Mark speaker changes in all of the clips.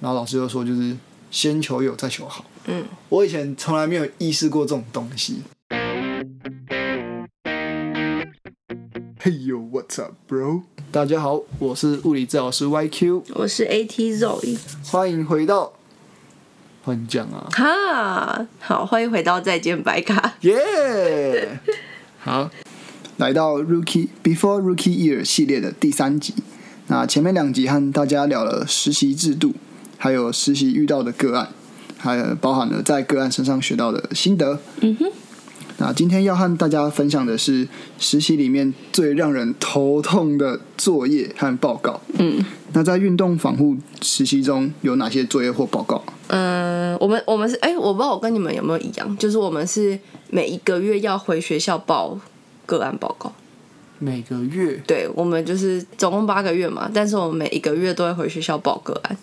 Speaker 1: 然后老师就说，就是先求有再求好。嗯，我以前从来没有意识过这种东西。Hey yo, what's up, bro？大家好，我是物理治疗师 YQ，
Speaker 2: 我是 AT Zoe，
Speaker 1: 欢迎回到换讲啊，
Speaker 2: 哈，好，欢迎回到再见白卡。
Speaker 1: 耶、 好，来到 Rookie Before Rookie Year 系列的第三集。那前面两集和大家聊了实习制度，还有实习遇到的个案，还有包含了在个案身上学到的心得。嗯哼。那今天要和大家分享的是实习里面最让人头痛的作业和报告。嗯。那在运动防护实习中有哪些作业或报告？
Speaker 2: 嗯，我们我们是哎、我不知道我跟你们有没有一样，就是我们是每一个月要回学校报个案报告。
Speaker 1: 每个月
Speaker 2: 对，我们就是总共八个月嘛，但是我们每一个月都会回学校报个案，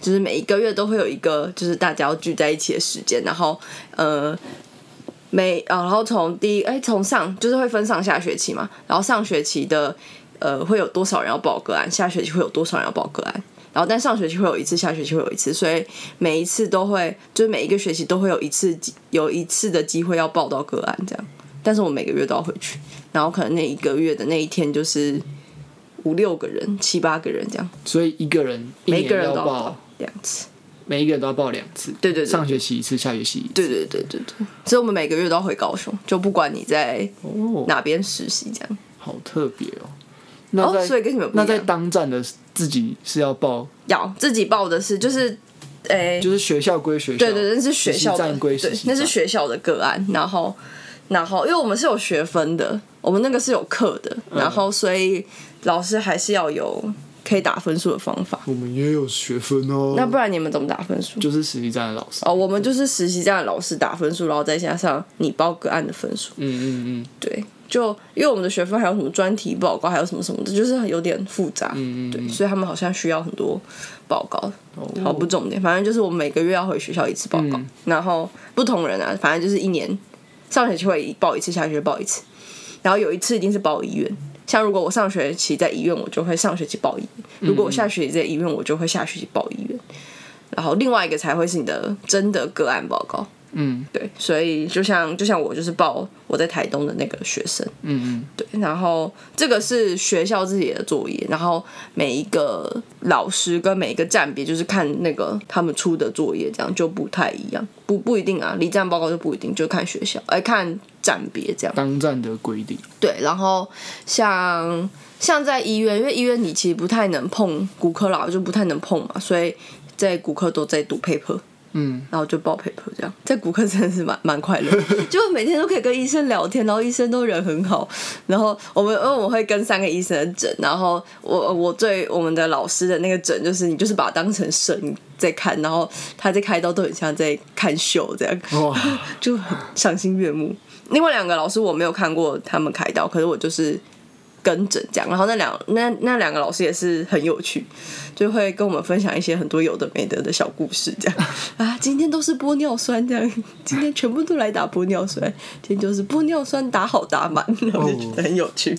Speaker 2: 就是每一个月都会有一个就是大家要聚在一起的时间，然后呃。每啊，然后从第一哎，从上就是会分上下学期嘛，然后上学期的呃会有多少人要报个案，下学期会有多少人要报个案，然后但上学期会有一次，下学期会有一次，所以每一次都会就是每一个学期都会有一次机有一次的机会要报到个案这样，但是我每个月都要回去，然后可能那一个月的那一天就是五六个人、七八个人这样，
Speaker 3: 所以一个人一
Speaker 2: 每一
Speaker 3: 年
Speaker 2: 个人
Speaker 3: 要
Speaker 2: 都要
Speaker 3: 报
Speaker 2: 报，两次。
Speaker 3: 每一个人都要报两次，
Speaker 2: 对对对
Speaker 3: 上学期一次，下学期一次。
Speaker 2: 对对对对对，所以我们每个月都要回高雄，就不管你在
Speaker 3: 哦，
Speaker 2: 哪边实习这样。
Speaker 3: 好特别哦。那在、
Speaker 2: 哦，所以跟你们不
Speaker 3: 那
Speaker 2: 一
Speaker 3: 在
Speaker 2: 样。
Speaker 3: 当站的自己是要报，
Speaker 2: 要自己报的是就是，诶、
Speaker 3: 就是学校归学校，
Speaker 2: 对对对，那是学校的，
Speaker 3: 实习站归实
Speaker 2: 对
Speaker 3: 习，
Speaker 2: 那
Speaker 3: 站
Speaker 2: 是学校的个案。然后，然后因为我们是有学分的，我们那个是有课的，
Speaker 3: 嗯
Speaker 2: 然后所以老师还是要有可以打分数的方法。
Speaker 3: 嗯
Speaker 1: 我们也有学分哦。
Speaker 2: 那不然你们怎么打分数？
Speaker 3: 就是实习站的老师。
Speaker 2: 哦，我们就是实习站的老师打分数，然后再加上你报个案的分数。
Speaker 3: 嗯嗯嗯
Speaker 2: 对，就因为我们的学分还有什么专题报告，还有什么什么的，就是有点复杂。
Speaker 3: 嗯嗯嗯
Speaker 2: 对，所以他们好像需要很多报告。
Speaker 3: 哦
Speaker 2: 好，不重点，反正就是我们每个月要回学校一次报告，
Speaker 3: 嗯
Speaker 2: 然后不同人啊，反正就是一年上学期会报一次，下学期报一次，然后有一次一定是报医院。像如果我上学期在医院，我就会上学期报医院；
Speaker 3: 嗯
Speaker 2: 如果我下学期在医院，我就会下学期报医院。然后另外一个才会是你的真的个案报告。
Speaker 3: 嗯
Speaker 2: 对，所以就像就像我就是报我在台东的那个学生，
Speaker 3: 嗯嗯，
Speaker 2: 对，然后这个是学校自己的作业，然后每一个老师跟每一个站别就是看那个他们出的作业，这样就不太一样，不不一定啊，离站报告就不一定，就看学校，哎、看站别这样。
Speaker 3: 当站的规定，
Speaker 2: 对，然后像像在医院，因为医院你其实不太能碰骨科啦，就不太能碰嘛，所以在骨科都在读 paper。
Speaker 3: 嗯，
Speaker 2: 然后就报 paper 这样，在骨科真的是 蛮蛮快乐，就每天都可以跟医生聊天，然后医生都人很好，然后我们因为我会跟三个医生的诊，然后我我对我们的老师的那个诊就是你就是把它当成神在看，然后他在开刀都很像在看秀这样，
Speaker 3: 哇，
Speaker 2: 就很赏心悦目。另外两个老师我没有看过他们开刀，可是我就是跟诊这样。然后那两那那两个老师也是很有趣，就会跟我们分享一些很多有的没的的小故事这样。啊，今天都是玻尿酸这样，今天全部都来打玻尿酸，今天就是玻尿酸打好打满，然后就觉得很有趣。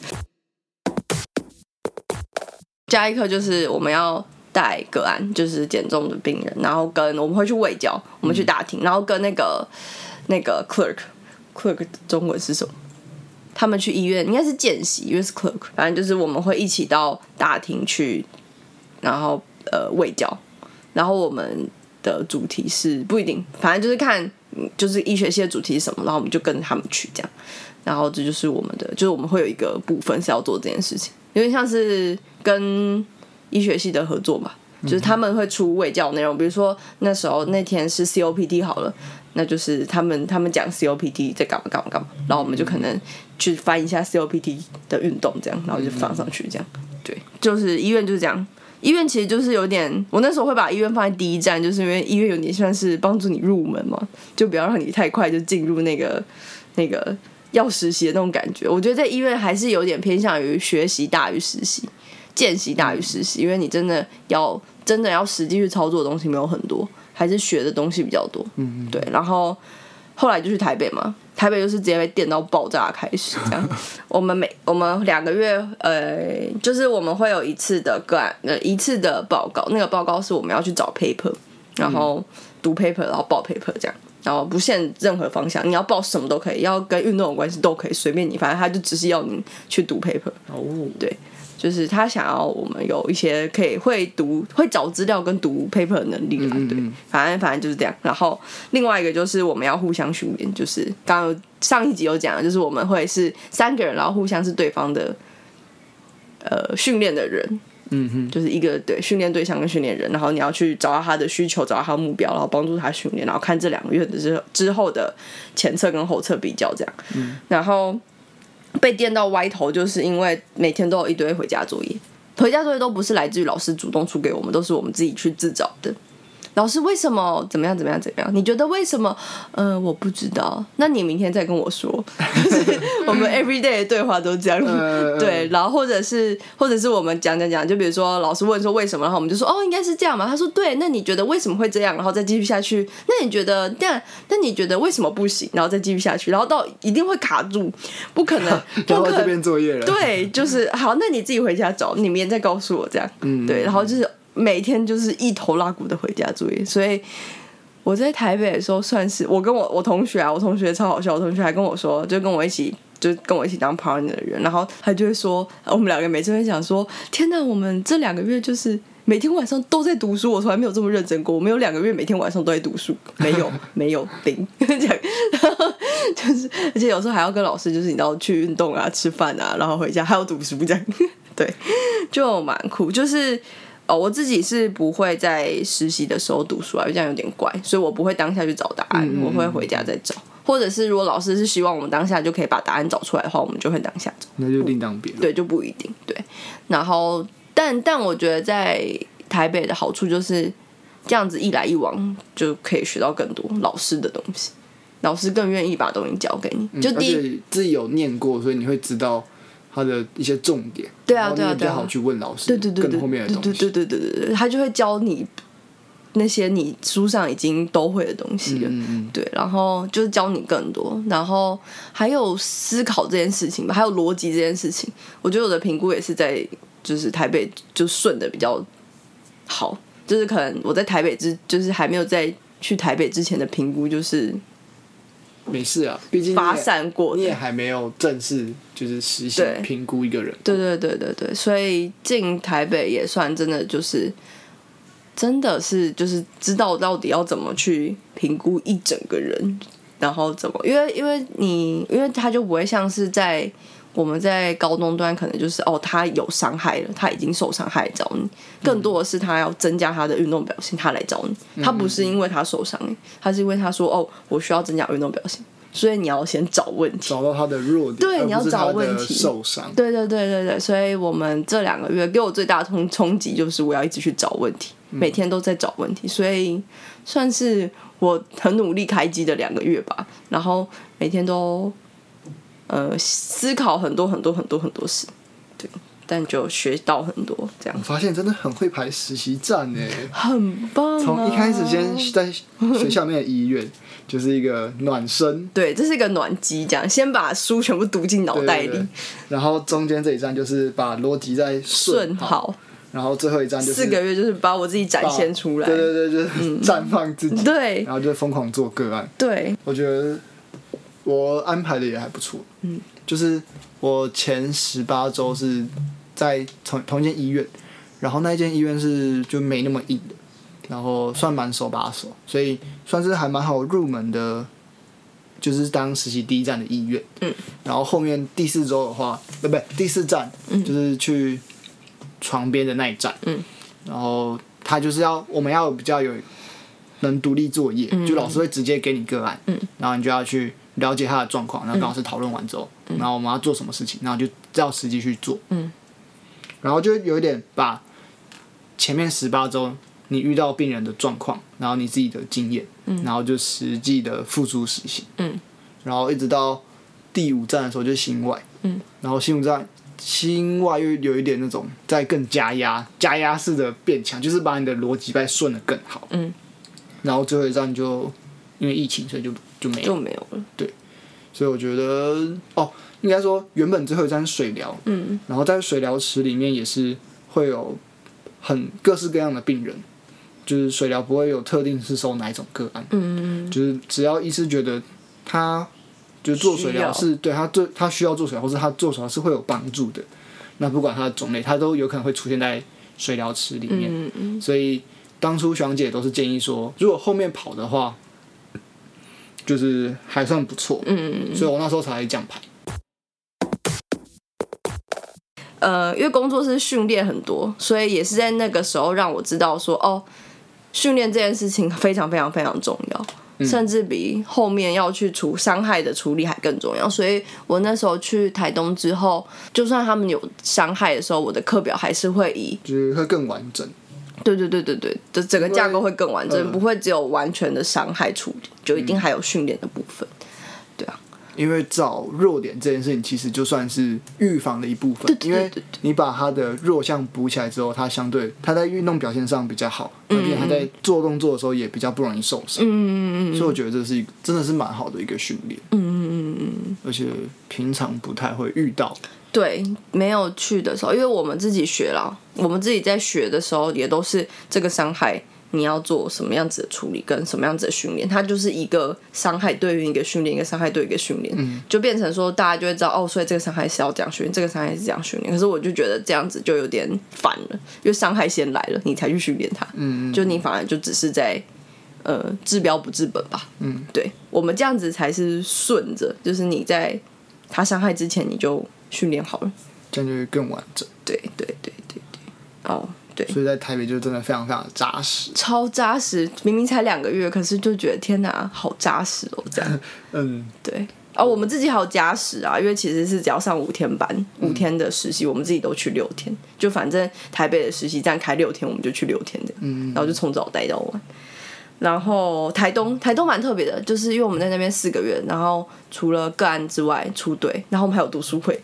Speaker 2: 下一课就是我们要带个案，就是减重的病人，然后跟我们会去卫教，我们去打听，然后跟那个那个 clerk clerk 的中文是什么？他们去医院应该是见习，因为是 clerk，反正就是我们会一起到大厅去，然后呃喂教，然后我们的主题是不一定，反正就是看嗯就是医学系的主题是什么，然后我们就跟他们去这样，然后这就是我们的，就是我们会有一个部分是要做这件事情，有点像是跟医学系的合作吧，就是他们会出卫教内容，比如说那时候那天是 COPD 好了，那就是他们他们讲 COPD 在干嘛干嘛干嘛，然后我们就可能去翻一下 COPD 的运动这样，然后就放上去这样，对，就是医院就是这样。医院其实就是有点，我那时候会把医院放在第一站，就是因为医院有点算是帮助你入门嘛，就不要让你太快就进入那个那个要实习的那种感觉。我觉得在医院还是有点偏向于学习大于实习，见习大于实习，因为你真的要真的要实际去操作的东西没有很多，还是学的东西比较多。嗯对，然后后来就去台北嘛，台北就是直接被电到爆炸开始这样。我们每我们两个月，呃，就是我们会有一次的个案，呃，一次的报告，那个报告是我们要去找 paper，然后读 paper，然后报 paper 这样。然后不限任何方向，你要报什么都可以，要跟运动有关系都可以，随便你，反正他就只是要你去读 paper。
Speaker 4: 哦，
Speaker 2: 对就是他想要我们有一些可以会读、会找资料跟读 paper 的能力啦。
Speaker 4: 嗯嗯
Speaker 2: 对
Speaker 4: 嗯，
Speaker 2: 反正反正就是这样。然后另外一个就是我们要互相训练，就是刚刚有上一集有讲，就是我们会是三个人，然后互相是对方的呃训练的人，
Speaker 4: 嗯哼，
Speaker 2: 就是一个对训练对象跟训练人，然后你要去找到他的需求，找到他的目标，然后帮助他训练，然后看这两个月的之后之后的前侧跟后侧比较这样，
Speaker 4: 嗯
Speaker 2: 然后被电到歪头，就是因为每天都有一堆回家作业，回家作业都不是来自于老师主动出给我们，都是我们自己去自找的。老师为什么怎么样怎么样怎么样？你觉得为什么？嗯，我不知道。那你明天再跟我 说。就是我们 every day 的对话都这样。
Speaker 3: 嗯
Speaker 2: 对，然后或者是或者是我们讲讲讲，就比如说老师问说为什么，然后我们就说哦应该是这样嘛。他说对，那你觉得为什么会这样？然后再继续下去。那你觉得那那你觉得为什么不行？然后再继续下去，然后到一定会卡住，不可 能
Speaker 4: 交到
Speaker 2: 不可
Speaker 4: 这
Speaker 2: 能
Speaker 4: 边作业了，，
Speaker 2: 对，就是好，那你自己回家找，你明天再告诉我这样。嗯，对，然后就是每天就是一头拉骨的回家作业，所以我在台北的时候算是我跟我我同学啊，我同学超好笑，我同学还跟我说，就跟我一起。就跟我一起当 partner 的人，然后他就会说，我们两个每次会讲说，天哪，我们这两个月就是每天晚上都在读书，我从来没有这么认真过，我们有两个月每天晚上都在读书，没有，没有零这样，然后就是，而且有时候还要跟老师，就是你知道去运动啊、吃饭啊，然后回家还要读书这样，对，就蛮酷。就是哦，我自己是不会在实习的时候读书啊，因为这样有点怪，所以我不会当下去找答案，
Speaker 4: 嗯
Speaker 2: 我会回家再找。或者是如果老师是希望我们当下就可以把答案找出来的话，我们就会当下找。
Speaker 4: 那就另当别论。
Speaker 2: 对，就不一定对。然后，但但我觉得在台北的好处就是这样子一来一往就可以学到更多老师的东西，老师更愿意把东西教给你。就
Speaker 4: 嗯而
Speaker 2: 第一，
Speaker 4: 且自己有念过，所以你会知道它的一些重点，
Speaker 2: 对啊
Speaker 4: 然后你
Speaker 2: 对啊
Speaker 4: 也比较
Speaker 2: 对啊
Speaker 4: 好去问老师，
Speaker 2: 对对对对
Speaker 4: 更后面的
Speaker 2: 对
Speaker 4: 东西，
Speaker 2: 对对对对对对，他就会教你那些你书上已经都会的东西了。
Speaker 4: 嗯嗯
Speaker 2: 对，然后就是教你更多，然后还有思考这件事情吧，还有逻辑这件事情。我觉得我的评估也是在就是台北就顺的比较好，就是可能我在台北之就是还没有在去台北之前的评估就是
Speaker 4: 嗯，没事啊，毕竟你也
Speaker 2: 发散过的
Speaker 4: 你也还没有正式就是实
Speaker 2: 对
Speaker 4: 行评估一个人，
Speaker 2: 对对对对对，所以进台北也算真的就是，真的是就是知道到底要怎么去评估一整个人，然后怎么，因为因为你因为他就不会像是在我们在高中端可能就是哦他有伤害了，他已经受伤害找你，更多的是他要增加他的运动表现，他来找你，他不是因为他受伤，他是因为他说哦我需要增加运动表现，所以你要先找问题。
Speaker 4: 找到他的弱点，
Speaker 2: 对
Speaker 4: 而不
Speaker 2: 你要
Speaker 4: 是他
Speaker 2: 找
Speaker 4: 的
Speaker 2: 问题
Speaker 4: 受伤，
Speaker 2: 对对对对对，所以我们这两个月给我最大的冲冲击就是我要一直去找问题，
Speaker 3: 嗯
Speaker 2: 每天都在找问题，所以算是我很努力开机的两个月吧。然后每天都呃思考很多很多很多很多事，对，但就学到很多，这样
Speaker 3: 我发现真的很会排实习站诶、
Speaker 2: 很棒、啊。
Speaker 3: 从一开始先
Speaker 2: 啊
Speaker 3: 在学校里面的医院，就是一个暖身，
Speaker 2: 对，这是一个暖机，这样先把书全部读进脑
Speaker 3: 对
Speaker 2: 袋
Speaker 3: 对对
Speaker 2: 里，
Speaker 3: 然后中间这一站就是把逻辑再顺
Speaker 2: 顺好。
Speaker 3: 然后最后一站就是
Speaker 2: 四个月就是把我自己展
Speaker 3: 把
Speaker 2: 现出来。嗯
Speaker 3: 对对对，就是绽放自己，
Speaker 2: 对
Speaker 3: 然后就疯狂做个案。
Speaker 2: 对，
Speaker 3: 我觉得我安排的也还不错，嗯，就是我前十八周是在同同一间医院，然后那一间医院是就没那么硬的，然后算蛮手把手，所以算是还蛮好入门的，就是当实习第一站的医院，
Speaker 2: 嗯，
Speaker 3: 然后后面第四周的话，呃，不对，第四站就是去床边的那一站，
Speaker 2: 嗯，
Speaker 3: 然后他就是要我们要比较有能独立作业，就老师会直接给你个案，嗯，然后你就要去了解他的状况，然后跟老师讨论完之后，然后我们要做什么事情，然后就照实际去做，
Speaker 2: 嗯，
Speaker 3: 然后就有一点把前面十八周你遇到病人的状况，然后你自己的经验，嗯，然后就实际的付诸实行，
Speaker 2: 嗯，
Speaker 3: 然后一直到第五站的时候就是新外，
Speaker 2: 嗯，
Speaker 3: 然后新五站。新外又有一点那种再更加压、加压式的变强，就是把你的逻辑再顺的更好。
Speaker 2: 嗯，
Speaker 3: 然后最后一站就因为疫情，所以就就没
Speaker 2: 就
Speaker 3: 有。
Speaker 2: 没有了。
Speaker 3: 所以我觉得哦，应该说原本最后一站是水疗，
Speaker 2: 嗯，
Speaker 3: 然后在水疗池里面也是会有很各式各样的病人，就是水疗不会有特定是收哪一种个案，
Speaker 2: 嗯，
Speaker 3: 就是只要医师觉得他就是做水疗
Speaker 2: 需
Speaker 3: 是对他对他需要做水疗，或是他做水疗是会有帮助的，那不管他的种类，他都有可能会出现在水疗池里面。
Speaker 2: 嗯嗯
Speaker 3: 所以当初小杨姐都是建议说，如果后面跑的话，就是还算不错。
Speaker 2: 嗯，
Speaker 3: 所以我那时候才奖牌。
Speaker 2: 呃，因为工作室训练很多，所以也是在那个时候让我知道说，哦，训练这件事情非常非常非常重要，
Speaker 3: 嗯
Speaker 2: 甚至比后面要去处伤害的处理还更重要。所以我那时候去台东之后，就算他们有伤害的时候，我的课表还是会以
Speaker 3: 就是会更完整。
Speaker 2: 对对对对对的整个架构会更完整，
Speaker 3: 嗯
Speaker 2: 不会只有完全的伤害处理，就一定还有训练的部分。
Speaker 3: 因为找弱点这件事情，其实就算是预防的一部分。
Speaker 2: 对对对对
Speaker 3: 因为你把他的弱项补起来之后，他相对他在运动表现上比较好，而且他在做动作的时候也比较不容易受
Speaker 2: 嗯
Speaker 3: 伤。
Speaker 2: 嗯嗯嗯
Speaker 3: 所以我觉得这是一个真的是蛮好的一个训练，
Speaker 2: 嗯嗯嗯。
Speaker 3: 而且平常不太会遇到。
Speaker 2: 对，没有去的时候，因为我们自己学了，我们自己在学的时候也都是这个伤害，你要做什么样子的处理跟什么样子的训练，它就是一个伤害对应一个训练，一个伤害对应一个训练，
Speaker 3: 嗯
Speaker 2: 就变成说大家就会知道哦，所以这个伤害是要这样训练，这个伤害是这样训练。可是我就觉得这样子就有点反了，因为伤害先来了，你才去训练它，
Speaker 3: 嗯，
Speaker 2: 就你反而就只是在呃治标不治本吧。
Speaker 3: 嗯，
Speaker 2: 对我们这样子才是顺着，就是你在他伤害之前你就训练好了。
Speaker 3: 这样就会更完整。
Speaker 2: 对对对对对，哦对，
Speaker 3: 所以在台北就真的非常非常的扎实。
Speaker 2: 超扎实，明明才两个月，可是就觉得天哪，好扎实哦，这样
Speaker 3: 嗯，
Speaker 2: 对。哦，我们自己还有加时啊，因为其实是只要上五天班，五天的实习，我们自己都去六天，就反正台北的实习站开六天，我们就去六天的，嗯，然后就从早待到晚。然后台东，台东蛮特别的，就是因为我们在那边四个月，然后除了个案之外出队，然后我们还有读书会，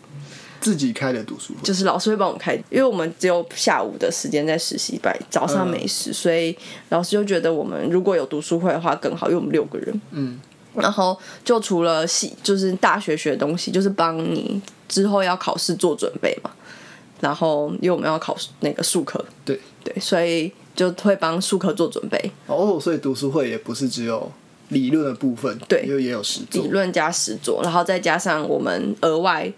Speaker 3: 自己开的读书会，
Speaker 2: 就是老师会帮我们开，因为我们只有下午的时间在实习班，早上没
Speaker 3: 嗯
Speaker 2: 事，所以老师就觉得我们如果有读书会的话更好，因为我们六个人，
Speaker 3: 嗯，
Speaker 2: 然后就除了系就是大学学的东西，就是帮你之后要考试做准备嘛，然后因为我们要考那个数科，
Speaker 3: 对。
Speaker 2: 对，所以就会帮数科做准备，
Speaker 3: 哦，所以读书会也不是只有理论的部分，
Speaker 2: 对
Speaker 3: 因为也有实作
Speaker 2: 理。论加实作，然后再加上我们额外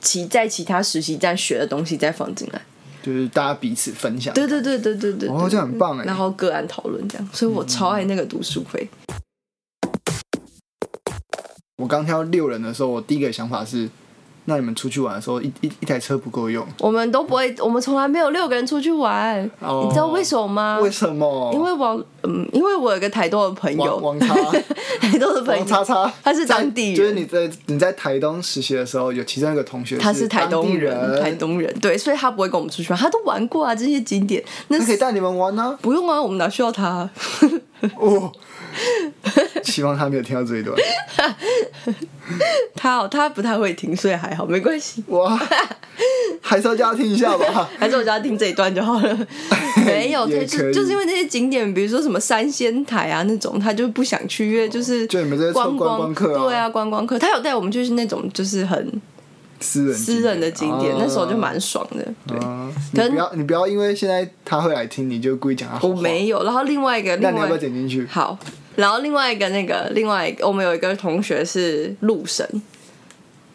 Speaker 2: 其在其他实习站学的东西再放进来。
Speaker 3: 就是大家彼此分享。
Speaker 2: 对对对对对对，
Speaker 3: 哦这样很棒哎嗯
Speaker 2: 然后个案讨论这样，所以我超爱那个读书会。
Speaker 3: 我刚挑六人的时候，我第一个想法是，那你们出去玩的时候，一一一台车不够用，
Speaker 2: 我们都不会，我们从来没有六个人出去玩，
Speaker 3: 哦
Speaker 2: 你知道为什么吗？
Speaker 3: 为什么？
Speaker 2: 啊因为王，嗯，因为我有一个台东的朋
Speaker 3: 王
Speaker 2: 友，
Speaker 3: 王叉
Speaker 2: 台东的朋
Speaker 3: 王叉
Speaker 2: 友，
Speaker 3: 叉，
Speaker 2: 他是当地人
Speaker 3: 在就是你在你在台东实习的时候，有其中一个同学
Speaker 2: 他
Speaker 3: 是
Speaker 2: 是台
Speaker 3: 当地
Speaker 2: 东
Speaker 3: 人，
Speaker 2: 台东人，对，所以他不会跟我们出去玩，他都玩过啊这些景点，那
Speaker 3: 他可以
Speaker 2: 是
Speaker 3: 带你们玩呢、
Speaker 2: 不用啊， 我们哪需要他？
Speaker 3: 哦，希望他没有听到这一段。
Speaker 2: 他哦，他不太会听，所以还好，没关系。
Speaker 3: 哇，还是要叫他听一 下吧。
Speaker 2: 还是我就要听这一段就好 了。没有，
Speaker 3: 也
Speaker 2: 他
Speaker 3: 可
Speaker 2: 就
Speaker 3: 以
Speaker 2: 就是因为那些景点，比如说什么三仙台啊那种，他就不想去，因为就是
Speaker 3: 哦就你们这些臭
Speaker 2: 观
Speaker 3: 观光客啊
Speaker 2: 对啊，观光客，他有带我们去那种就是很
Speaker 3: 私人
Speaker 2: 私人的景点，
Speaker 3: 啊
Speaker 2: 那时候就蛮爽的。对，
Speaker 3: 啊，你
Speaker 2: 跟
Speaker 3: 不要你不要因为现在他会来听，你就故意讲他好
Speaker 2: 我
Speaker 3: 话
Speaker 2: 没有。然后另外一个，
Speaker 3: 那
Speaker 2: 另
Speaker 3: 你要
Speaker 2: 外
Speaker 3: 不要剪进去？
Speaker 2: 好，然后另外一个那个，另外一个我们有一个同学是陆神，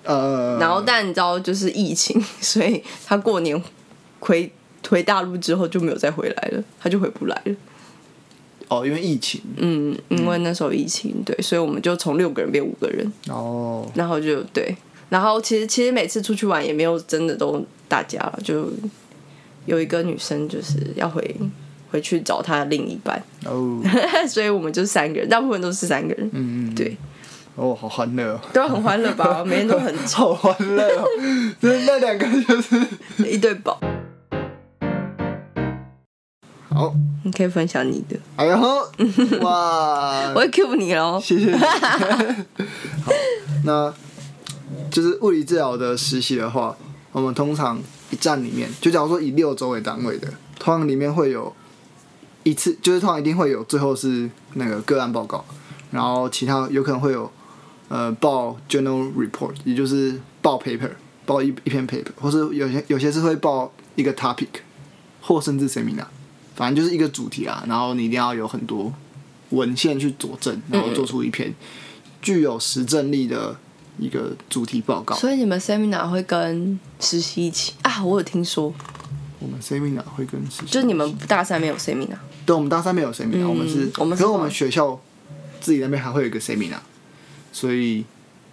Speaker 3: 呃，
Speaker 2: 然后但你知道就是疫情， 所以他过年回回大陆之后就没有再回来了，他就回不来了。
Speaker 3: 哦，因为疫情，
Speaker 2: 嗯，因为那时候疫情，对，所以我们就从六个人变五个人，
Speaker 3: 然后
Speaker 2: 然后就对，然后其实其实每次出去玩也没有真的都大家了，就有一个女生就是要回回去找她的另一半，
Speaker 3: 然后
Speaker 2: 所以我们就三个人，大部分都是三个人，
Speaker 3: 哦嗯，
Speaker 2: 对，
Speaker 3: 哦，好欢乐哦，
Speaker 2: 都很欢乐吧，每天都很吵，
Speaker 3: 好欢乐哦， 就是那两个就是
Speaker 2: 一对宝。
Speaker 3: 好，
Speaker 2: 你可以分享你的，
Speaker 3: 哎呦， 哇
Speaker 2: 我，会 Q 你哦喽。
Speaker 3: 谢谢你， 好，那就是物理治疗的实习的话，我们通常一站里面，就假如说以六周为单位的，通常里面会有一次，就是通常一定会有最后是那个个案报告，然后其他有可能会有呃报 journal report，也就是报 paper，报一一篇 paper，或是有些有些是会报一个 topic，或甚至 seminar，反正就是一个主题啊，然后你一定要有很多文献去佐证，然后做出一篇具有实证力的一个主题报告。
Speaker 2: 所以你们 seminar 会跟实习一起啊？我有听说，
Speaker 3: 我们 seminar 会跟实习
Speaker 2: 就是你们大三没有 seminar，
Speaker 3: 对，我们大三没有 seminar，、我们是，
Speaker 2: 嗯我们
Speaker 3: 可
Speaker 2: 是
Speaker 3: 是我们学校自己那边还会有一个 seminar，所以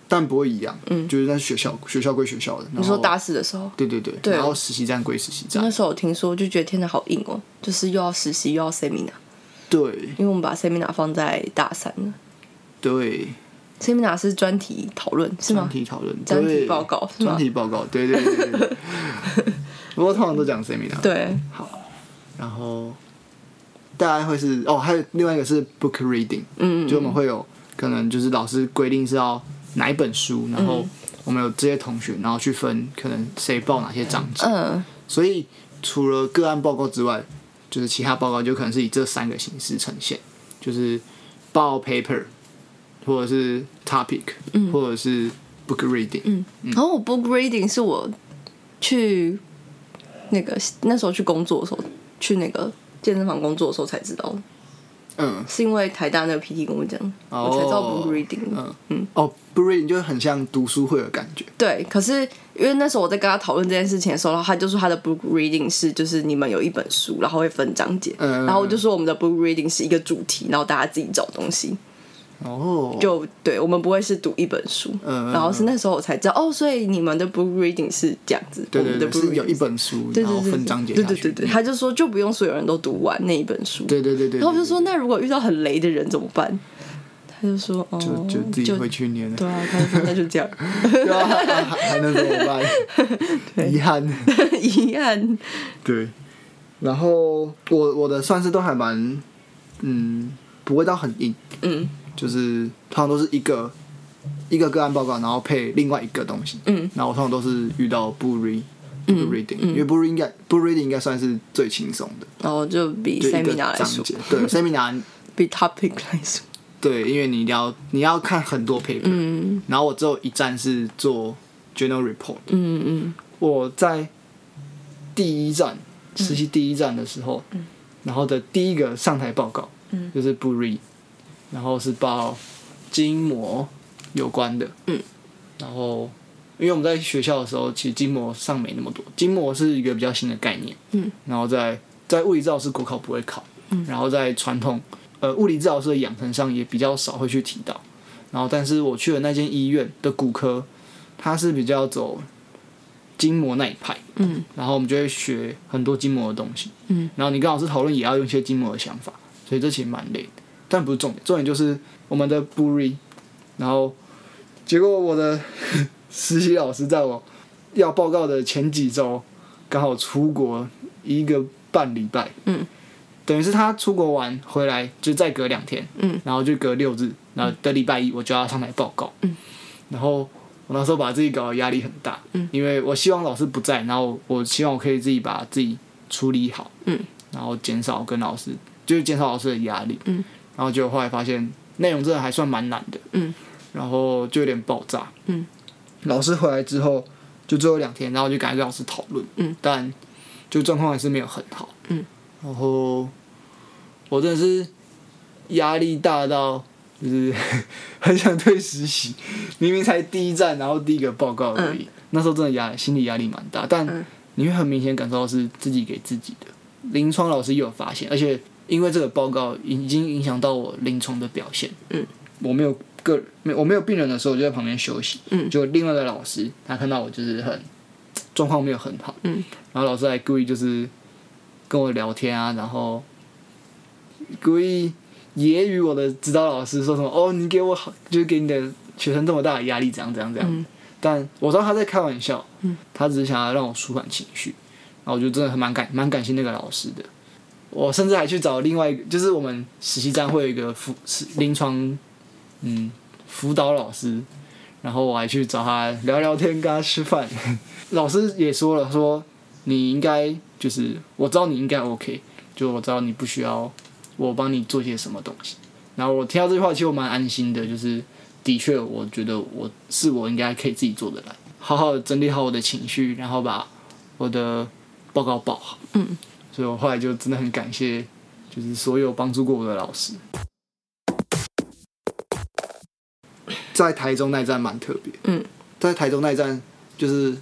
Speaker 3: 但不会一样，嗯，就是在学校，学校归学校的。你
Speaker 2: 你说大四的时候，
Speaker 3: 对对对，然后实习站归实习站
Speaker 2: 那，时候我听说就觉得天哪好硬哦，就是又要实习又要 seminar，
Speaker 3: 对
Speaker 2: 因为我们把 seminar 放在大三了。
Speaker 3: 对，
Speaker 2: seminar 是专题讨论是
Speaker 3: 专
Speaker 2: 吗？
Speaker 3: 题讨论，
Speaker 2: 专题
Speaker 3: 对
Speaker 2: 报告是吗
Speaker 3: 专题报告，对对对对 对。不过通常都讲啊 seminar，，
Speaker 2: 对，
Speaker 3: 然后大概会是哦，还有另外一个是 book reading，
Speaker 2: 嗯，
Speaker 3: 就我们会有可能就是老师规定是要哪一本书，然后我们有这些同学，然后去分可能谁报哪些章节。
Speaker 2: 嗯，
Speaker 3: 所以除了个案报告之外，就是其他报告就可能是以这三个形式呈现，就是报 paper，或者是 topic，、或者
Speaker 2: 嗯
Speaker 3: 是 book reading。
Speaker 2: 然后我 book reading 是我去那个那时候去工作的时候，去那个健身房工作的时候才知道的，
Speaker 3: 嗯
Speaker 2: 是因为台大那个 PT 跟我讲的，
Speaker 3: 哦
Speaker 2: 我才知道 book reading 的。
Speaker 3: 嗯嗯，哦，book reading 就很像读书会的感觉。
Speaker 2: 对，可是因为那时候我在跟他讨论这件事情的时候，然后他就说他的 book reading 是就是你们有一本书，然后会分章节，
Speaker 3: 嗯
Speaker 2: 然后我就说我们的 book reading 是一个主题，然后大家自己找东西。
Speaker 3: 哦，
Speaker 2: 就对我们不会是读一本书，
Speaker 3: 嗯嗯
Speaker 2: 然后是那时候我才知道哦，所以你们的 book reading 是这样子，
Speaker 3: 对
Speaker 2: 我
Speaker 3: 对
Speaker 2: 们的
Speaker 3: 对，
Speaker 2: book
Speaker 3: 是
Speaker 2: reading
Speaker 3: 有一本书，
Speaker 2: 对
Speaker 3: 然
Speaker 2: 对
Speaker 3: 后
Speaker 2: 对
Speaker 3: 分章节
Speaker 2: 对
Speaker 3: 下去。
Speaker 2: 对对 对，他就说就不用所有人都读完那一本书，
Speaker 3: 对对对对对。
Speaker 2: 然后我就
Speaker 3: 对
Speaker 2: 说那如果遇到很雷的人怎么办？他就说哦，
Speaker 3: 就就自己回去念了，
Speaker 2: 对啊，他就说那就这样，
Speaker 3: 对啊，还还能怎么 办？遗憾。
Speaker 2: 遗憾，
Speaker 3: 对，然后我我的算是都还蛮，嗯，不会到很硬，
Speaker 2: 嗯
Speaker 3: 就是通常都是一个一个个案报告，然后配另外一个东西，
Speaker 2: 嗯，
Speaker 3: 然后我通常都是遇到 book read book reading，、因为 book read 应该 book reading 应该算是最轻松的，
Speaker 2: 然后就比
Speaker 3: 就一个
Speaker 2: seminar 来
Speaker 3: 章
Speaker 2: 说，
Speaker 3: 节，对 seminar。
Speaker 2: 比 topic 来说，
Speaker 3: 对，因为你一定要你要看很多 paper，、
Speaker 2: 嗯
Speaker 3: 然后我只有一站是做 journal report，
Speaker 2: 嗯嗯，
Speaker 3: 我在第一站实习第一站的时候，然后的第一个上台报告，
Speaker 2: 嗯
Speaker 3: 就是 b r e 然后是报筋膜有关的，
Speaker 2: 嗯，
Speaker 3: 然后因为我们在学校的时候，其实筋膜上没那么多，筋膜是一个比较新的概念，
Speaker 2: 嗯，
Speaker 3: 然后在在物理治疗师国考不会考，嗯，然后在传统呃物理治疗师的养成上也比较少会去提到，然后但是我去的那间医院的骨科，它是比较走筋膜那一派，
Speaker 2: 嗯，
Speaker 3: 然后我们就会学很多筋膜的东西，嗯，然后你跟老师讨论也要用一些筋膜的想法，所以这其实蛮累的，但不是重点，重点就是我们的 b r 然后结果我的 实习老师在我要报告的前几周刚好出国一个半礼拜，
Speaker 2: 嗯，
Speaker 3: 等于是他出国玩回来就再隔两天，
Speaker 2: 嗯，
Speaker 3: 然后就隔六日，然后的礼拜一我就要上台报告，嗯，然后我那时候把自己搞得压力很大，嗯，因为我希望老师不在，然后我希望我可以自己把自己处理好，
Speaker 2: 嗯，
Speaker 3: 然后减少跟老师就是减少老师的压力，嗯，然后结果后来发现内容真的还算蛮难的，
Speaker 2: 嗯，
Speaker 3: 然后就有点爆炸，
Speaker 2: 嗯，
Speaker 3: 老师回来之后就最后两天，然后就赶快跟老师讨论，
Speaker 2: 嗯，
Speaker 3: 但就状况还是没有很好，
Speaker 2: 嗯，
Speaker 3: 然后我真的是压力大到就是 很想退实习，明明才第一站，然后第一个报告而已，那时候真的压心理压力蛮大，但
Speaker 2: 嗯
Speaker 3: 你会很明显感受到是自己给自己的。临床老师也有发现，而且因为这个报告已经影响到我临床的表现，
Speaker 2: 嗯，
Speaker 3: 我没有个没我没有病人的时候，我就在旁边休息，
Speaker 2: 嗯
Speaker 3: 就另外的老师他看到我就是很状况没有很好，
Speaker 2: 嗯，
Speaker 3: 然后老师还故意就是跟我聊天啊，然后故意揶揄我的指导老师说什么哦，你给我好，就是给你的学生这么大的压力，怎样怎样怎样。但我知道他在开玩笑，他只是想要让我舒缓情绪，然后我就真的很蛮感蛮感谢那个老师的。我甚至还去找另外一个，就是我们实习站会有一个辅是临床，嗯，辅导老师，然后我还去找他聊聊天，跟他吃饭。老师也说了，说你应该就是我知道你应该 OK，就我知道你不需要我帮你做些什么东西。然后我听到这句话，其实我蛮安心的，就是
Speaker 5: 的确，我觉得我是我应该可以自己做得来，好好的整理好我的情绪，然后把我的报告报好。
Speaker 2: 嗯，
Speaker 5: 所以我后来就真的很感谢，就是所有帮助过我的老师。
Speaker 3: 在台中那一站蛮特别，
Speaker 2: 嗯，
Speaker 3: 在台中那一站就是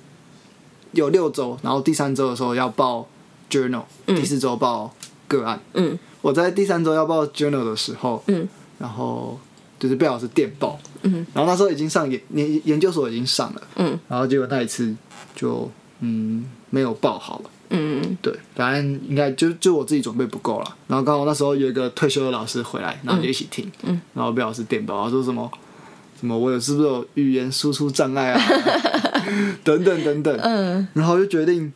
Speaker 3: 有六周，然后第三周的时候要报 journal，、
Speaker 2: 嗯
Speaker 3: 第四周报个案。
Speaker 2: 嗯
Speaker 3: 我在第三周要报 journal 的时候，
Speaker 2: 嗯
Speaker 3: 然后就是被老师电报，
Speaker 2: 嗯，
Speaker 3: 然后那时候已经上研研研究所已经上了，
Speaker 2: 嗯
Speaker 3: 然后结果那一次就嗯没有报好了。
Speaker 2: 嗯
Speaker 3: 对，反正应该就就我自己准备不够了。然后刚好那时候有一个退休的老师回来，然后就一起听，
Speaker 2: 嗯
Speaker 3: 然后被老师电报，他说什么什么我有是不是有语言输出障碍啊， 等等等等，
Speaker 2: 嗯
Speaker 3: 然后就决定。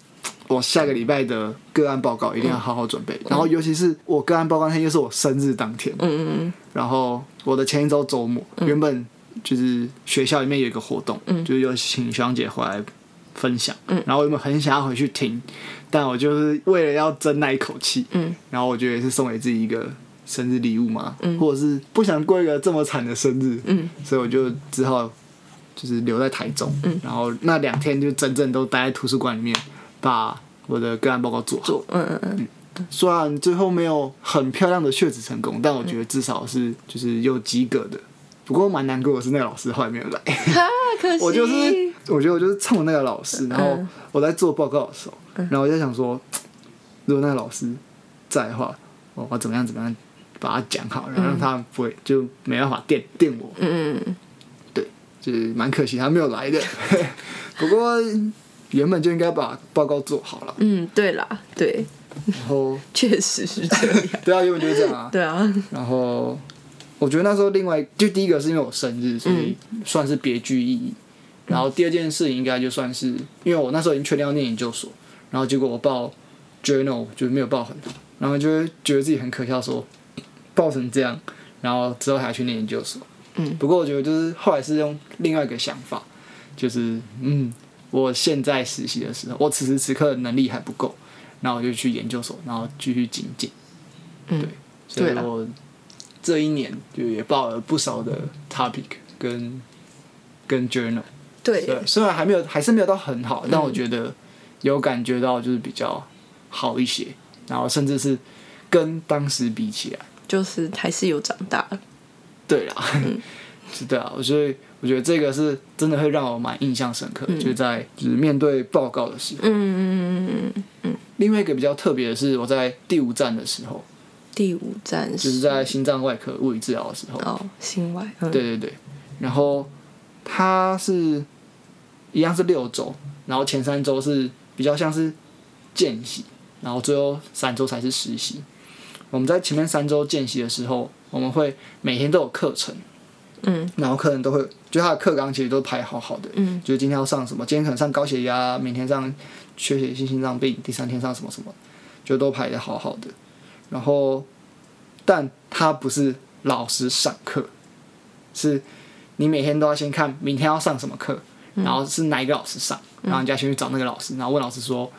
Speaker 3: 我下个礼拜的个案报告一定要好好准备，然后尤其是我个案报告那天又是我生日当天，
Speaker 2: 嗯
Speaker 3: 然后我的前一周周末，原本就是学校里面有一个活动，
Speaker 2: 嗯
Speaker 3: 就是有请学长姐回来分享，然后我原本很想要回去听，但我就是为了要争那一口气，
Speaker 2: 嗯
Speaker 3: 然后我觉得也是送给自己一个生日礼物嘛，或者是不想过一个这么惨的生日，
Speaker 2: 嗯
Speaker 3: 所以我就只好就是留在台中，
Speaker 2: 嗯
Speaker 3: 然后那两天就整整都待在图书馆里面，把我的个案报告做好。
Speaker 2: 嗯嗯
Speaker 3: 虽然最后没有很漂亮的血脂成功，但我觉得至少是就是有及格的。不过蛮难过的是，那个老师后来没有来。
Speaker 2: 啊，可惜，
Speaker 3: 我就是，我觉得我就是冲着那个老师，然后我在做报告的时候，然后我就在想说，如果那个老师在的话，我要怎么样怎么样把它讲好，然后让他不会就没办法电电我。
Speaker 2: 嗯
Speaker 3: 就是蛮可惜他没有来的。 不过原本就应该把报告做好了，
Speaker 2: 嗯，对啦，对，
Speaker 3: 然后
Speaker 2: 确实是这样，
Speaker 3: 对啊，原本就是这样啊。
Speaker 2: 对啊，
Speaker 3: 然后我觉得那时候另外就第一个是因为我生日，所以算是别具意义。然后第二件事情应该就算是，因为我那时候已经确定要念研究所，然后结果我报 journal 就是没有报很好，然后就会觉得自己很可笑说报成这样，然后之后还去念研究所。
Speaker 2: 嗯
Speaker 3: 不过我觉得就是后来是用另外一个想法，就是嗯，我现在实习的时候，我此时此刻的能力还不够，然后我就去研究所，然后继续精进。
Speaker 2: 嗯
Speaker 3: 对，所以
Speaker 2: 对啦
Speaker 3: 我这一年就也报了不少的 topic 跟跟 journal。
Speaker 2: 对
Speaker 3: 对，，虽然还没有，还是没有到很好，
Speaker 2: 嗯
Speaker 3: 但我觉得有感觉到就是比较好一些，然后甚至是跟当时比起来，
Speaker 2: 就是还是有长大了，
Speaker 3: 对啦，
Speaker 2: 嗯
Speaker 3: 是的啊，所以我觉得这个是真的会让我蛮印象深刻，
Speaker 2: 嗯
Speaker 3: 就在就是面对报告的时候。
Speaker 2: 嗯嗯嗯嗯，
Speaker 3: 另外一个比较特别的是，我在第五站的时候，
Speaker 2: 第五站
Speaker 3: 就是在心脏外科物理治疗的时候，
Speaker 2: 哦，心外，嗯，
Speaker 3: 对对对，然后它是一样是六周，然后前三周是比较像是见习，然后最后三周才是实习。我们在前面三周见习的时候，我们会每天都有课程，
Speaker 2: 嗯
Speaker 3: 然后客人都会，就他的课纲其实都排好好的，
Speaker 2: 嗯
Speaker 3: 就是今天要上什么，今天可能上高血压，明天上缺血性心脏病，第三天上什么什么，就都排的好好的。然后，但他不是老师上课，是你每天都要先看明天要上什么课，
Speaker 2: 嗯
Speaker 3: 然后是哪一个老师上，然后你就要先去找那个老师，然后问老师说，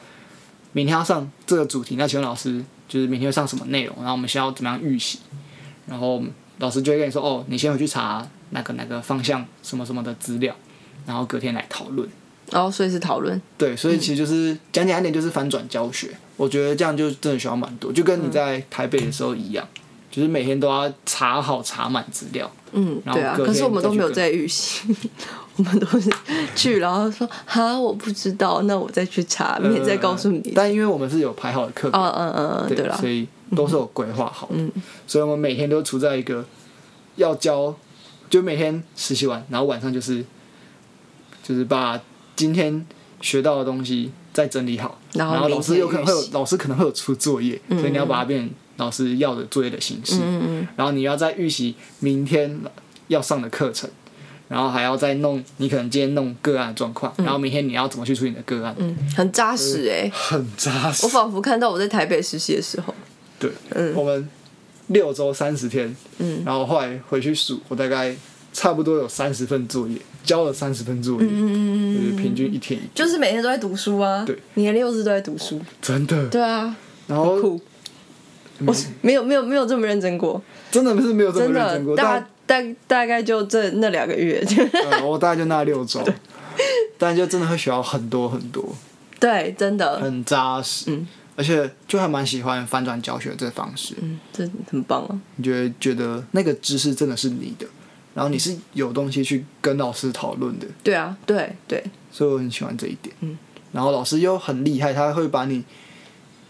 Speaker 3: 明天要上这个主题，那请问老师就是明天会上什么内容？然后我们需要怎么样预习？然后老师就会跟你说，哦，你先回去查哪个哪个方向什么什么的资料，然后隔天来讨论。
Speaker 2: 然哦后所以是讨论，
Speaker 3: 对，所以其实就是讲简单一点，就是反转教学。我觉得这样就真的学到蛮多，就跟你在台北的时候一样，就是每天都要查好查满资料。
Speaker 2: 嗯，
Speaker 3: 然后
Speaker 2: 对啊，
Speaker 3: 隔
Speaker 2: 可是
Speaker 3: 天
Speaker 2: 我们都
Speaker 3: 再去
Speaker 2: 没有
Speaker 3: 跟
Speaker 2: 在预习， 我们都是去，然后说哈，我不知道，那我再去查，
Speaker 3: 嗯
Speaker 2: 明天再告诉你。
Speaker 3: 但因为我们是有排好的课表，
Speaker 2: 嗯嗯嗯，嗯对啦嗯
Speaker 3: 所，以都是有规划好的。所以我们每天都处在一个要教，就每天实习完，然后晚上就是就是把今天学到的东西再整理好，
Speaker 2: 然后
Speaker 3: 老师有可能会
Speaker 2: 明天预
Speaker 3: 有
Speaker 2: 习
Speaker 3: 老师可能会有出作业，所以你要把它变成老师要的作业的形
Speaker 2: 嗯
Speaker 3: 式。
Speaker 2: 嗯嗯
Speaker 3: 然后你要再预习明天要上的课程，然后还要再弄你可能今天弄个案的状况，然后明天你要怎么去处理你的个案，
Speaker 2: 嗯，很扎实哎、
Speaker 3: 很扎实
Speaker 2: 我。仿佛看到我在台北实习的时候，
Speaker 3: 对，
Speaker 2: 嗯
Speaker 3: 我们六周三十天，
Speaker 2: 嗯
Speaker 3: 然后后来回去数，我大概差不多有三十份作业，交了三十份作业，
Speaker 2: 嗯，
Speaker 3: 就是平均一天一天，
Speaker 2: 就是每天都在读书啊，
Speaker 3: 对，
Speaker 2: 你连六日都在读书，
Speaker 3: 真的。
Speaker 2: 对啊，
Speaker 3: 然后
Speaker 2: 酷，我是没有没有没有这么认真过，
Speaker 3: 真的是没嗯有这么
Speaker 2: 真
Speaker 3: 认
Speaker 2: 的
Speaker 3: 真过。
Speaker 2: 大
Speaker 3: 但
Speaker 2: 大大概就这那两个月，
Speaker 3: 呃我大概就那六周，但就真的会学到很多很多，
Speaker 2: 对，真的，
Speaker 3: 很扎实。
Speaker 2: 嗯
Speaker 3: 而且就还蛮喜欢反转教学这方式，
Speaker 2: 嗯，这很棒啊，
Speaker 3: 你就会觉得那个知识真的是你的，然后你是有东西去跟老师讨论的，
Speaker 2: 对啊，对对，
Speaker 3: 所以我很喜欢这一点。
Speaker 2: 嗯，
Speaker 3: 然后老师又很厉害，他会把你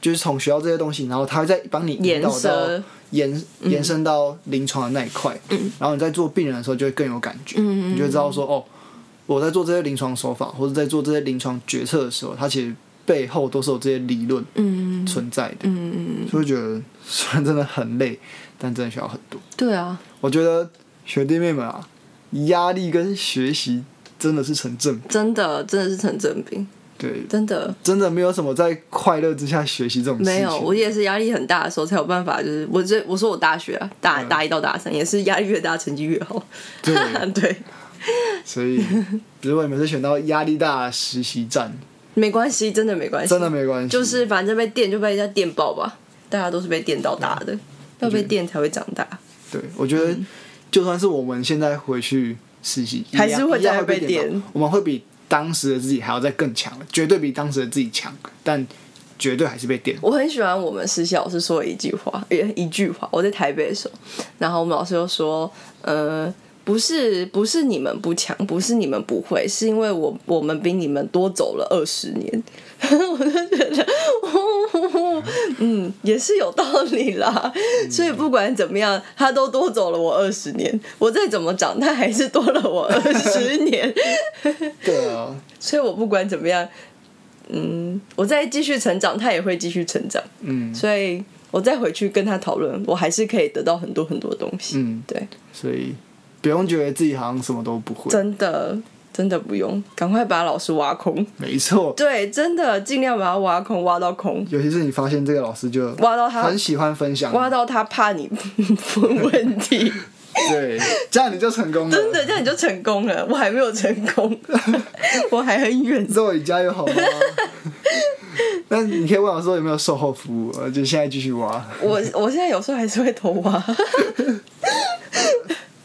Speaker 3: 就是从学到这些东西，然后他会再帮你引
Speaker 2: 延
Speaker 3: 导到
Speaker 2: 伸，嗯
Speaker 3: 延延伸到临床的那一块。嗯，然后你在做病人的时候就会更有感觉，
Speaker 2: 嗯嗯嗯
Speaker 3: 你就会知道说哦，我在做这些临床手法或者在做这些临床决策的时候，它其实背后都是有这些理论
Speaker 2: 嗯
Speaker 3: 存在的，
Speaker 2: 嗯，
Speaker 3: 所以我觉得虽然真的很累，但真的学到很多。
Speaker 2: 对啊，
Speaker 3: 我觉得学弟妹们啊，压力跟学习真的是成正比，
Speaker 2: 真的真的是成正比，
Speaker 3: 对，
Speaker 2: 真的
Speaker 3: 真的没有什么在快乐之下学习这种事情。
Speaker 2: 没有，我也是压力很大的时候才有办法，就是我这我说我大学啊，
Speaker 3: 嗯
Speaker 2: 大大一到大三也是压力越大成绩越好，
Speaker 3: 对，
Speaker 2: 对，
Speaker 3: 所以如果你们是选到压力大的实习站，
Speaker 2: 没关系，真的没关系，
Speaker 3: 真的没关系，
Speaker 2: 就是反正被电就被人家电爆吧，大家都是被电到大
Speaker 3: 嗯
Speaker 2: 的，要被电才会长大。
Speaker 3: 对我觉得，就算是我们现在回去实习，
Speaker 2: 还是会
Speaker 3: 一样
Speaker 2: 再
Speaker 3: 会被
Speaker 2: 被
Speaker 3: 到
Speaker 2: 电
Speaker 3: 我们会比当时的自己还要再更强，绝对比当时的自己强，但绝对还是被电。
Speaker 2: 我很喜欢我们实习老师说的一句话，也一句话。我在台北的时候，然后我们老师就说，呃，不是不是你们不强，不是你们不会，是因为我我们比你们多走了二十年。 我就觉得，哦，嗯，也是有道理啦。所以不管怎么样，他都多走了我二十年，我再怎么长，他还是多了我二十年。
Speaker 3: 对啊，
Speaker 2: 所以我不管怎么样，嗯，我再继续成长，他也会继续成长，
Speaker 3: 嗯
Speaker 2: 所以我再回去跟他讨论，我还是可以得到很多很多东西。
Speaker 3: 嗯，
Speaker 2: 对，
Speaker 3: 所以不用觉得自己好像什么都不会，
Speaker 2: 真的真的不用，赶快把老师挖空。
Speaker 3: 没错。
Speaker 2: 对，真的尽量把他挖空，挖到空，
Speaker 3: 尤其是你发现这个老师就
Speaker 2: 挖到他
Speaker 3: 很喜欢分享，
Speaker 2: 挖到他怕你 问问题。
Speaker 3: 对，这样你就成功了。
Speaker 2: 真的，这样你就成功了。我还没有成功， 我还很远。
Speaker 3: 肉你加油好吗？那你可以问我说有没有售后服务，呃就现在继续挖
Speaker 2: 我我现在有时候还是会偷挖。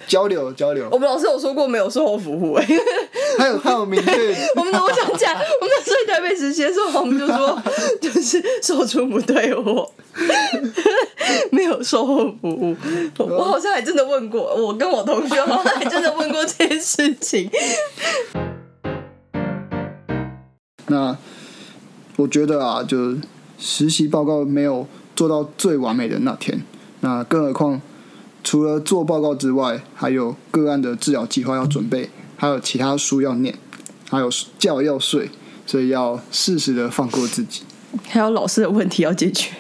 Speaker 3: 交流交流
Speaker 2: 我。们老师有说过没有售后服务、欸，
Speaker 3: 还有还有明确，
Speaker 2: 我们的我想起来，我们那时候在台北实习的时候，我们就说就是售出不对我， 没有售后服务。我我好像还真的问过，我跟我同学好像还真的问过这件事情。
Speaker 1: 那我觉得啊，就是实习报告没有做到最完美的那天，那更何况除了做报告之外，还有个案的治疗计划要准备，还有其他书要念，还有觉要睡，所以要适时的放过自己。
Speaker 2: 还有老师的问题要解决，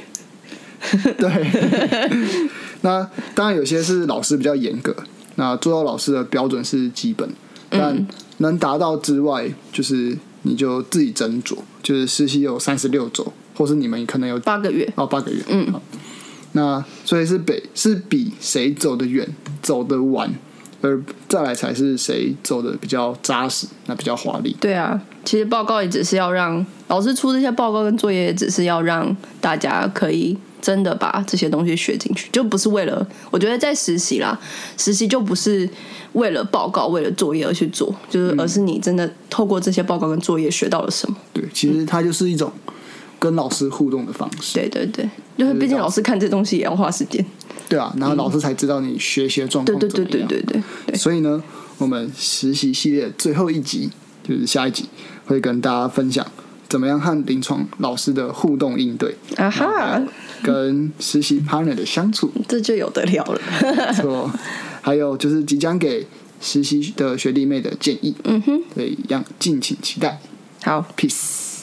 Speaker 1: 对， 那当然有些是老师比较严格，那做到老师的标准是基本，
Speaker 2: 嗯
Speaker 1: 但能达到之外，就是你就自己斟酌，就是实习有三十六周，或是你们可能有
Speaker 2: 八个月。
Speaker 1: 哦八个月，嗯，那所以是北是比谁走得远，走得晚。而再来才是谁走的比较扎实，那比较华丽。
Speaker 2: 对啊，其实报告也只是要让老师出这些报告跟作业，也只是要让大家可以真的把这些东西学进去，就不是为了我觉得在实习啦，实习就不是为了报告、为了作业而去做，就是而是你真的透过这些报告跟作业学到了什么。
Speaker 1: 对，其实它就是一种跟老师互动的方式。
Speaker 2: 对对对，就是毕竟老师看这东西也要花时间。
Speaker 1: 对啊，然后老师才知道你学习的状
Speaker 2: 对
Speaker 1: 况怎
Speaker 2: 对
Speaker 1: 么样。
Speaker 2: 对对对对对，
Speaker 1: 所以呢，我们实习系列最后一集就是下一集会跟大家分享怎么样和临床老师的互动应对，
Speaker 2: 啊哈，
Speaker 1: 跟实习 partner 的相处，
Speaker 2: 这就有得聊了。
Speaker 1: 错，还有就是即将给实习的学弟妹的建议，
Speaker 2: 嗯哼，
Speaker 1: 所以一样敬请期待
Speaker 2: 好。
Speaker 1: ，peace。